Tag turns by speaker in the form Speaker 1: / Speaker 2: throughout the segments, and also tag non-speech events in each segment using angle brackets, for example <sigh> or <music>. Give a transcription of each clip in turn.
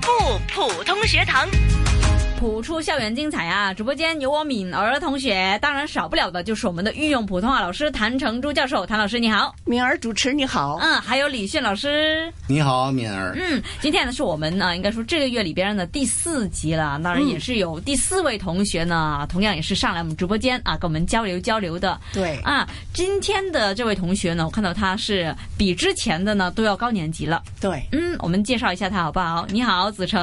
Speaker 1: 普通学堂，
Speaker 2: 普出校园精彩啊！直播间有我敏儿同学，当然少不了的就是我们的御用普通话老师谭成珠教授。谭老师你好，
Speaker 3: 敏儿主持你好，
Speaker 2: 嗯，还有李炫老师，
Speaker 4: 你好，敏儿。
Speaker 2: 嗯，今天呢是我们啊，应该说这个月里边的第四集了，当然也是有第四位同学呢，同样也是上来我们直播间啊，跟我们交流交流的。
Speaker 3: 对，
Speaker 2: 啊，今天的这位同学呢，我看到他是比之前的呢都要高年级了。
Speaker 3: 对，
Speaker 2: 嗯，我们介绍一下他好不好？你好，子成。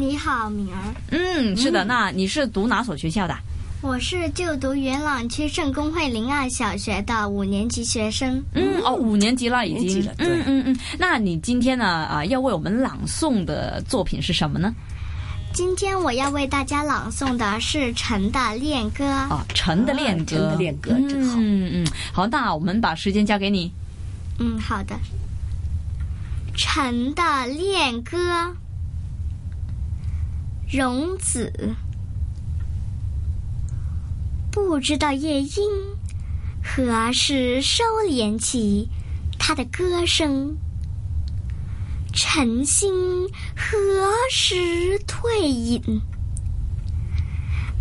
Speaker 5: 你好，敏儿，
Speaker 2: 嗯，是的，那你是读哪所学校的？
Speaker 5: 我是就读元朗区圣公会林爱小学的五年级学生。
Speaker 2: 嗯，哦，五年级了已
Speaker 3: 年
Speaker 2: 经
Speaker 3: 级了。对
Speaker 2: 嗯嗯嗯，那你今天呢啊要为我们朗诵的作品是什么呢？
Speaker 5: 今天我要为大家朗诵的是陈的恋歌。
Speaker 2: 啊，陈的恋歌，
Speaker 3: 啊陈的恋歌真好
Speaker 2: 嗯嗯，好，那我们把时间交给你。
Speaker 5: 嗯，好的。晨的恋歌，荣子。不知道夜莺何时收敛起它的歌声，晨星何时退隐？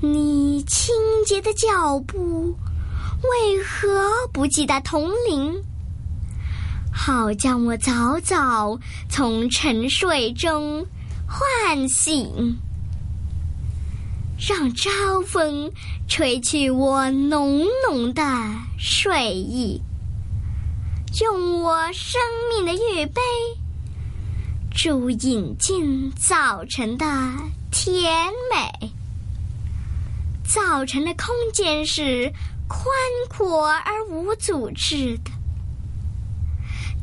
Speaker 5: 你清洁的脚步为何不记得铜铃？好叫我早早从沉睡中唤醒，让朝风吹去我浓浓的睡意，用我生命的玉杯注饮尽早晨的甜美。早晨的空间是宽阔而无阻滞的。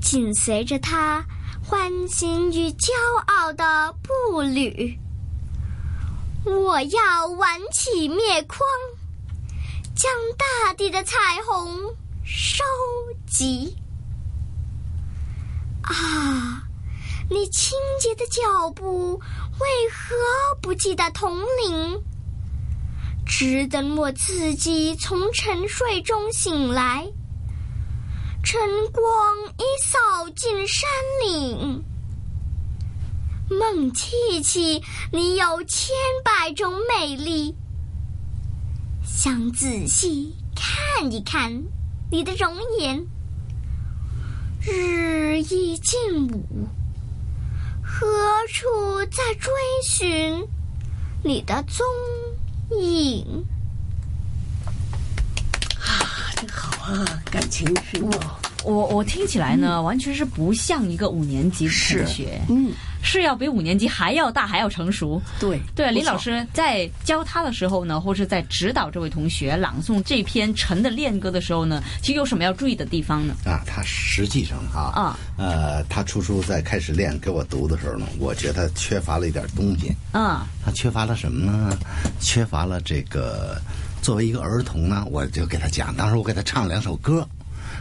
Speaker 5: 紧随着他欢欣与骄傲的步履。我要挽起面筐，将大地的彩虹收集。啊，你清洁的脚步为何不记得铜铃？只等我自己从沉睡中醒来。晨光已扫尽山岭。梦琪琪，你有千百种美丽，想仔细看一看你的容颜。日已近午，何处在追寻你的踪影？
Speaker 3: 真好啊，感情是我，
Speaker 2: 我我听起来呢，完全是不像一个五年级的同学，
Speaker 3: 嗯，
Speaker 2: 是要比五年级还要大，还要成熟。
Speaker 3: 对，
Speaker 2: 对，
Speaker 3: 不
Speaker 2: 李老
Speaker 3: 错，
Speaker 2: 师在教他的时候呢，或是在指导这位同学朗诵这篇《陈的恋歌》的时候呢，其实有什么要注意的地方呢？
Speaker 4: 啊，他实际上啊，
Speaker 2: 啊
Speaker 4: 呃，他初初在开始练给我读的时候呢，我觉得缺乏了一点东西。
Speaker 2: 嗯
Speaker 4: 他缺乏了什么呢？缺乏了这个作为一个儿童呢，我就给他讲，当时我给他唱了两首歌，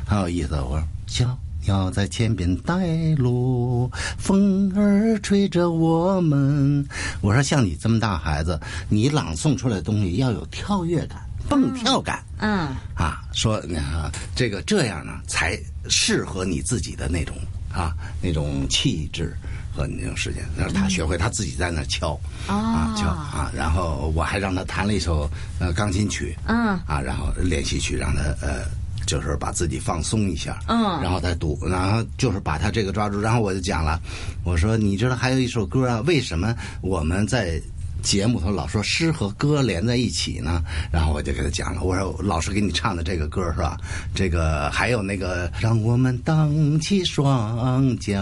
Speaker 4: 很有意思。我说：“小鸟在前边带路，风儿吹着我们。”我说：“像你这么大孩子，你朗诵出来的东西要有跳跃感、蹦跳感。
Speaker 2: 嗯
Speaker 4: 啊，说啊，这个这样呢才适合你自己的那种啊那种气质和那种时间，让他学会他自己在那敲、
Speaker 2: 哦
Speaker 4: 啊敲啊，然后我还让他弹了一首呃钢琴曲，
Speaker 2: 嗯
Speaker 4: 啊，然后练习曲让他呃。就是把自己放松一下，
Speaker 2: 嗯
Speaker 4: 然后再读，然后就是把他这个抓住，然后我就讲了，我说你知道还有一首歌啊，为什么我们在节目头老说诗和歌连在一起呢？然后我就给他讲了，我说老师给你唱的这个歌是吧？这个还有那个让我们荡起双桨，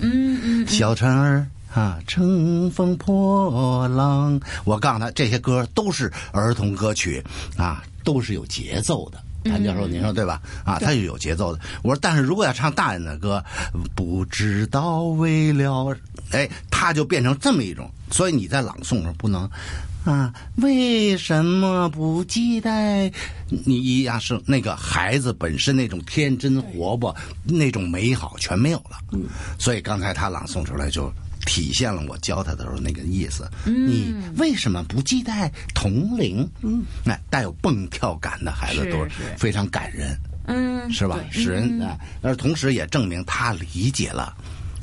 Speaker 2: 嗯嗯，
Speaker 4: 小船儿啊，乘风破浪。我告诉他，这些歌都是儿童歌曲啊，都是有节奏的。谭教授，您说对吧？啊，
Speaker 2: 嗯
Speaker 4: 他是有节奏的。我说，但是如果要唱大人的歌，不知道为了，哎，他就变成这么一种。所以你在朗诵的时候不能啊，为什么不期待？你呀、是那个孩子本身那种天真活泼、那种美好全没有了。嗯，所以刚才他朗诵出来就体现了我教他的时候那个意思。嗯，你为什么不期待同龄？嗯，那带有蹦跳感的孩子
Speaker 2: 是
Speaker 4: 都是
Speaker 2: 是
Speaker 4: 非常感人。
Speaker 2: 嗯，
Speaker 4: 哎是吧？使人啊，而同时也证明他理解了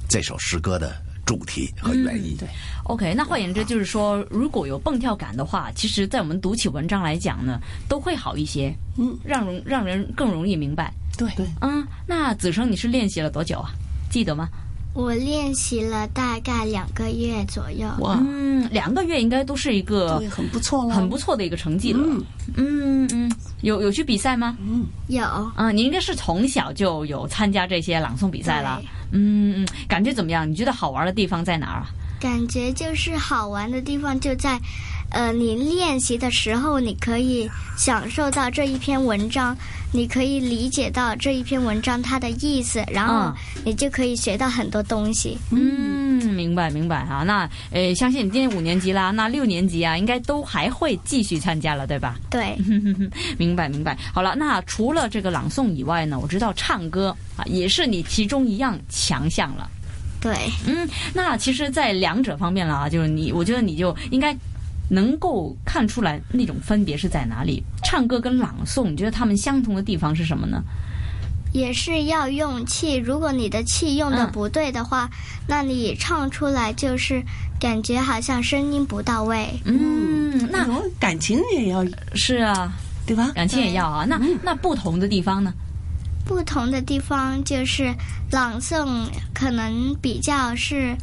Speaker 4: 这首诗歌的主题和原意。
Speaker 3: 对，
Speaker 2: OK，那换言之就是说，如果有蹦跳感的话，其实，在我们读起文章来讲呢，都会好一些，
Speaker 3: 嗯，
Speaker 2: 让容让人更容易明白。
Speaker 3: 对对，
Speaker 2: 嗯，那子生，你是练习了多久啊？记得吗？
Speaker 5: 我练习了大概两个月左右。
Speaker 3: 哇，
Speaker 2: 嗯，两个月应该都是一个
Speaker 3: 对，很不错了，
Speaker 2: 很不错的一个成绩了。
Speaker 3: 嗯
Speaker 2: 嗯嗯，有有去比赛吗？
Speaker 5: 有，
Speaker 2: 嗯，你应该是从小就有参加这些朗诵比赛了。嗯嗯，感觉怎么样？你觉得好玩的地方在哪儿啊？
Speaker 5: 感觉就是好玩的地方就在，呃，你练习的时候，你可以享受到这一篇文章，你可以理解到这一篇文章它的意思，然后你就可以学到很多东西。
Speaker 2: 嗯，明白明白哈、那呃，相信你今年五年级啦，那六年级啊，应该都还会继续参加了，对吧？
Speaker 5: 对，
Speaker 2: 明白明白。好了，那除了这个朗诵以外呢，我知道唱歌啊也是你其中一样强项了。
Speaker 5: 对，
Speaker 2: 嗯，那其实，在两者方面了啊，就是你，我觉得你就应该能够看出来那种分别是在哪里。唱歌跟朗诵，你觉得他们相同的地方是什么呢？
Speaker 5: 也是要用气。如果你的气用的
Speaker 2: 嗯
Speaker 5: 不对的话，那你唱出来就是感觉好像声音不到位。
Speaker 2: 嗯，那
Speaker 3: 那感情也要
Speaker 2: 是啊，
Speaker 3: 对吧？
Speaker 2: 感情也要啊。那那不同的地方呢？
Speaker 5: 不同的地方就是朗诵可能比较是，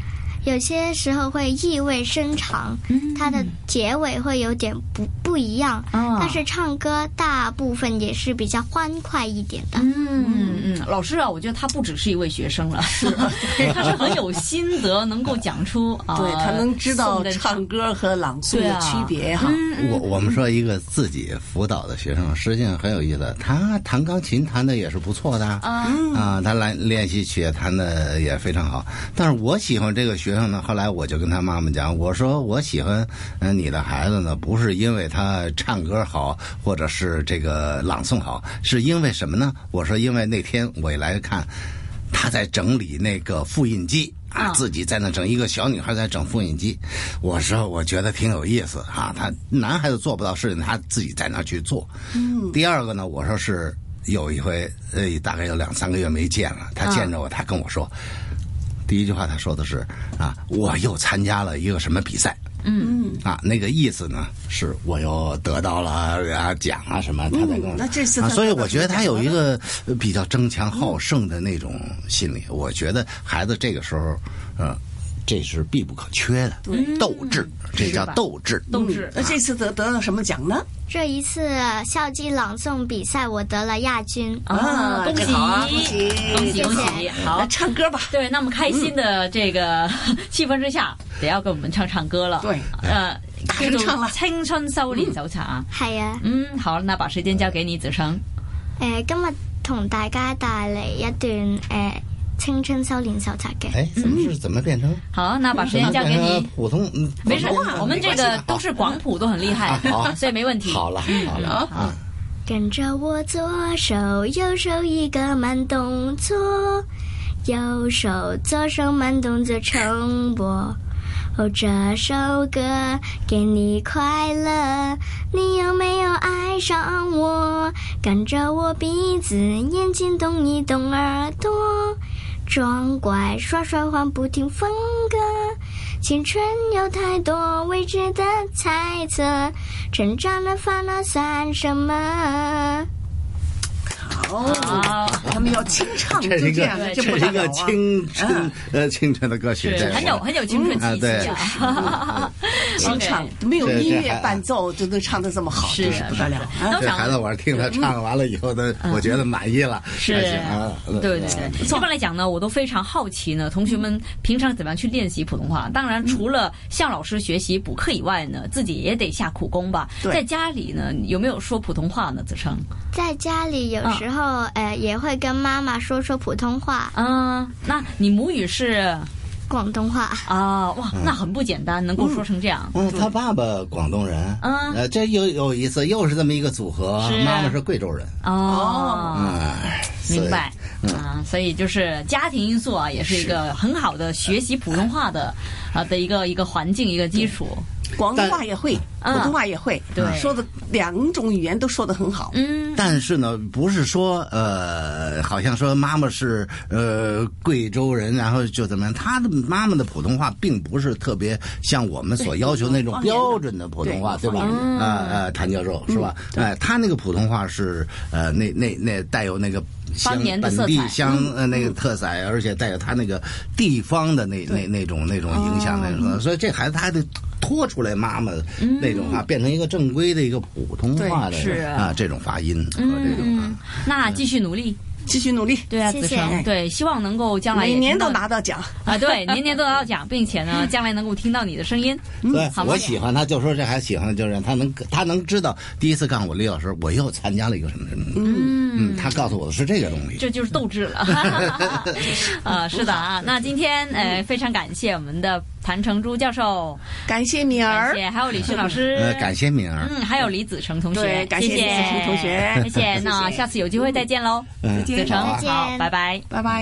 Speaker 5: 有些时候会意味深长，它的结尾会有点不不一样。
Speaker 2: 啊
Speaker 5: 但是唱歌大部分也是比较欢快一点的。
Speaker 2: 嗯嗯，老师啊，我觉得他不只是一位学生了，是， <laughs> 他是很有心得，能够讲出啊，
Speaker 3: 对他能知道
Speaker 2: 诵跟
Speaker 3: 唱歌和朗诵
Speaker 2: 对
Speaker 3: 的
Speaker 2: 啊
Speaker 3: 区别哈，
Speaker 4: 我我们说一个自己辅导的学生，实际上很有意思，他弹钢琴弹的也是不错的啊、他来练习曲也弹的也非常好。但是我喜欢这个学生呢，后来我就跟他妈妈讲，我说我喜欢呃你的孩子呢，不是因为他唱歌好，或者是这个朗诵好，是因为什么呢？我说因为那天我一来看。他在整理那个复印机啊，自己在那整一个小女孩在整复印机。我说我觉得挺有意思啊，他男孩子做不到事情，他自己在那去做。
Speaker 3: 嗯
Speaker 4: 第二个呢，我说是有一回，呃，大概有两三个月没见了，他见着
Speaker 3: 啊
Speaker 4: 我，他跟我说，第一句话他说的是啊，我又参加了一个什么比赛。嗯啊，那个意思呢，是我又得到了啊奖啊什么，他在跟我、
Speaker 3: 嗯那这次
Speaker 4: 啊，
Speaker 3: 他
Speaker 4: 所以
Speaker 3: 得到
Speaker 4: 我觉得
Speaker 3: 什么奖
Speaker 4: 他有一
Speaker 3: 了呢
Speaker 4: 个呃比较争强好胜的那种心理，我觉得孩子这个时候，呃，这是必不可缺的，斗志，这叫
Speaker 2: 嗯吧
Speaker 4: 斗志，
Speaker 2: 斗志
Speaker 3: 嗯。那这次得得到什么奖呢？
Speaker 5: 这一次呃校际朗诵比赛，我得了亚军。
Speaker 2: 啊，恭
Speaker 3: 这
Speaker 2: 喜
Speaker 3: 好啊恭喜
Speaker 2: 恭喜
Speaker 5: 谢谢
Speaker 2: 恭喜！好
Speaker 3: 来，唱歌吧，
Speaker 2: 对，那么开心的这个 <laughs> 气氛之下，得要跟我们唱唱歌了。
Speaker 3: 对，
Speaker 2: 呃，
Speaker 3: 声
Speaker 2: 叫做
Speaker 3: 唱了
Speaker 2: 青春修炼手册啊。
Speaker 5: 系啊，
Speaker 2: 嗯，好，那把时间交给你，子成。
Speaker 5: 诶、呃今日同大家帶嚟一段诶、呃青春修煉手冊嘅。
Speaker 4: 哎，怎么是怎么变成？
Speaker 2: 好，那嗯把时间交给
Speaker 4: 怎么变
Speaker 2: 你
Speaker 4: 成。普通，嗯
Speaker 2: 没事
Speaker 4: 普通话，
Speaker 2: 我们这个都是嗯哦广普，都很厉害，
Speaker 4: 好
Speaker 2: 所以没问题。
Speaker 4: 好了，好了啊，
Speaker 5: 跟着我左手右手一个慢动作，右手左手慢动作重播。哦，这首歌给你快乐，你有没有爱上我？跟着我鼻子、眼睛动一动耳朵，装乖耍帅换不停风格。青春有太多未知的猜测，成长的烦恼算什么？
Speaker 3: 哦，
Speaker 2: 好，
Speaker 3: 他们要清唱，
Speaker 2: 嗯
Speaker 3: 就
Speaker 4: 这是一
Speaker 3: 样
Speaker 4: 个，，
Speaker 3: 这
Speaker 4: 是
Speaker 3: 不
Speaker 4: 一
Speaker 3: 大
Speaker 4: 个
Speaker 3: 了啊。
Speaker 4: 青春呃青春的歌曲，
Speaker 2: 是
Speaker 4: 这
Speaker 2: 嗯很有很有青春气息啊。
Speaker 3: 清
Speaker 2: OK
Speaker 3: 唱没有
Speaker 4: 这
Speaker 3: 音
Speaker 4: 这
Speaker 3: 乐
Speaker 4: 还
Speaker 3: 伴奏就能唱的这么好，
Speaker 2: 是
Speaker 3: 真是不得了啊！
Speaker 4: 这孩子，我是听他唱完了以后呢，我觉得满意了，
Speaker 2: 嗯是
Speaker 4: 还行啊，
Speaker 2: <laughs>
Speaker 4: 嗯
Speaker 2: 对对对，一般来讲呢，我都非常好奇呢，同学们平常怎么样去练习普通话？当然，除了向老师学习补课以外呢，自己也得下苦功吧。
Speaker 3: 对
Speaker 2: 在家里呢，有没有说普通话呢？子成，
Speaker 5: 在家里有时候、呃也会跟妈妈说说普通话、
Speaker 2: 嗯，那你母语是
Speaker 5: 广东话。
Speaker 2: 啊？哇，那很不简单，能够说成这样。
Speaker 4: 嗯，他爸爸广东人，
Speaker 2: 嗯
Speaker 4: 呃，这又有意思，又是这么一个组合啊
Speaker 2: 是，啊
Speaker 4: 妈妈是贵州人，
Speaker 2: 哦，
Speaker 4: 哎，所以
Speaker 2: 明白。啊，所以就是家庭因素啊，也是一个很好的学习普通话的啊的一个一个环境一个基础。
Speaker 3: 广东话也会，
Speaker 2: 嗯
Speaker 3: 普通话也会，
Speaker 2: 对
Speaker 3: 说的两种语言都说的很好。
Speaker 2: 嗯，
Speaker 4: 但是呢，不是说呃，好像说妈妈是呃贵州人，然后就怎么样？她的妈妈的普通话并不是特别像我们所要求那
Speaker 2: 哦
Speaker 4: 种
Speaker 3: 方言的
Speaker 4: 标准的普通话，对
Speaker 3: 对
Speaker 4: 吧？
Speaker 3: 方
Speaker 2: 言的
Speaker 4: 呃呃，谭教授是吧？
Speaker 2: 嗯
Speaker 4: 哎，他那个普通话是呃，那那那带有那个乡
Speaker 2: 方言的
Speaker 4: 本
Speaker 2: 色彩
Speaker 4: 地乡呃那个特色，而且带有他那个地方的
Speaker 2: 嗯
Speaker 4: 那那那种那种影响那
Speaker 2: 哦
Speaker 4: 种，所以这孩子他还得脱出来妈妈那种啊，变成一个正规的一个普通话的
Speaker 2: 嗯对是
Speaker 4: 啊这种发音
Speaker 2: 嗯
Speaker 4: 和这种啊。
Speaker 2: 那继续努力。
Speaker 3: 继续努力，
Speaker 2: 对啊，
Speaker 5: 谢
Speaker 2: 子
Speaker 5: 谢
Speaker 2: 成，对，希望能够将来
Speaker 3: 哎每
Speaker 2: 也
Speaker 3: 年
Speaker 2: 听到
Speaker 3: 都拿到奖。
Speaker 2: 啊，
Speaker 3: <laughs>
Speaker 2: 对，年年都要讲，并且呢，将来能够听到你的声音。
Speaker 4: 对
Speaker 2: 嗯好，吗
Speaker 4: 我喜欢他，就说这孩子喜欢，就是他能他能知道第一次告诉我李老师，我又参加了一个什么什么，嗯嗯，他告诉我的是这个东西。
Speaker 2: 这就是斗志
Speaker 3: <laughs>
Speaker 2: 了，啊，是的啊。那今天呃，
Speaker 3: 嗯
Speaker 2: 非常感谢我们的谭成珠教授，
Speaker 3: 感谢敏
Speaker 2: 感
Speaker 3: 儿，
Speaker 2: 谢还有李迅老师，
Speaker 4: <laughs> 呃，感谢敏儿，
Speaker 2: 嗯，还有李子成同学，
Speaker 3: 对感谢
Speaker 2: 谢
Speaker 3: 李子成同学
Speaker 2: 谢谢。那下次有机会再见喽，
Speaker 4: 嗯，
Speaker 3: 再见
Speaker 2: 子成，
Speaker 4: 好啊
Speaker 5: 再见
Speaker 2: 好，拜拜。
Speaker 3: 拜拜。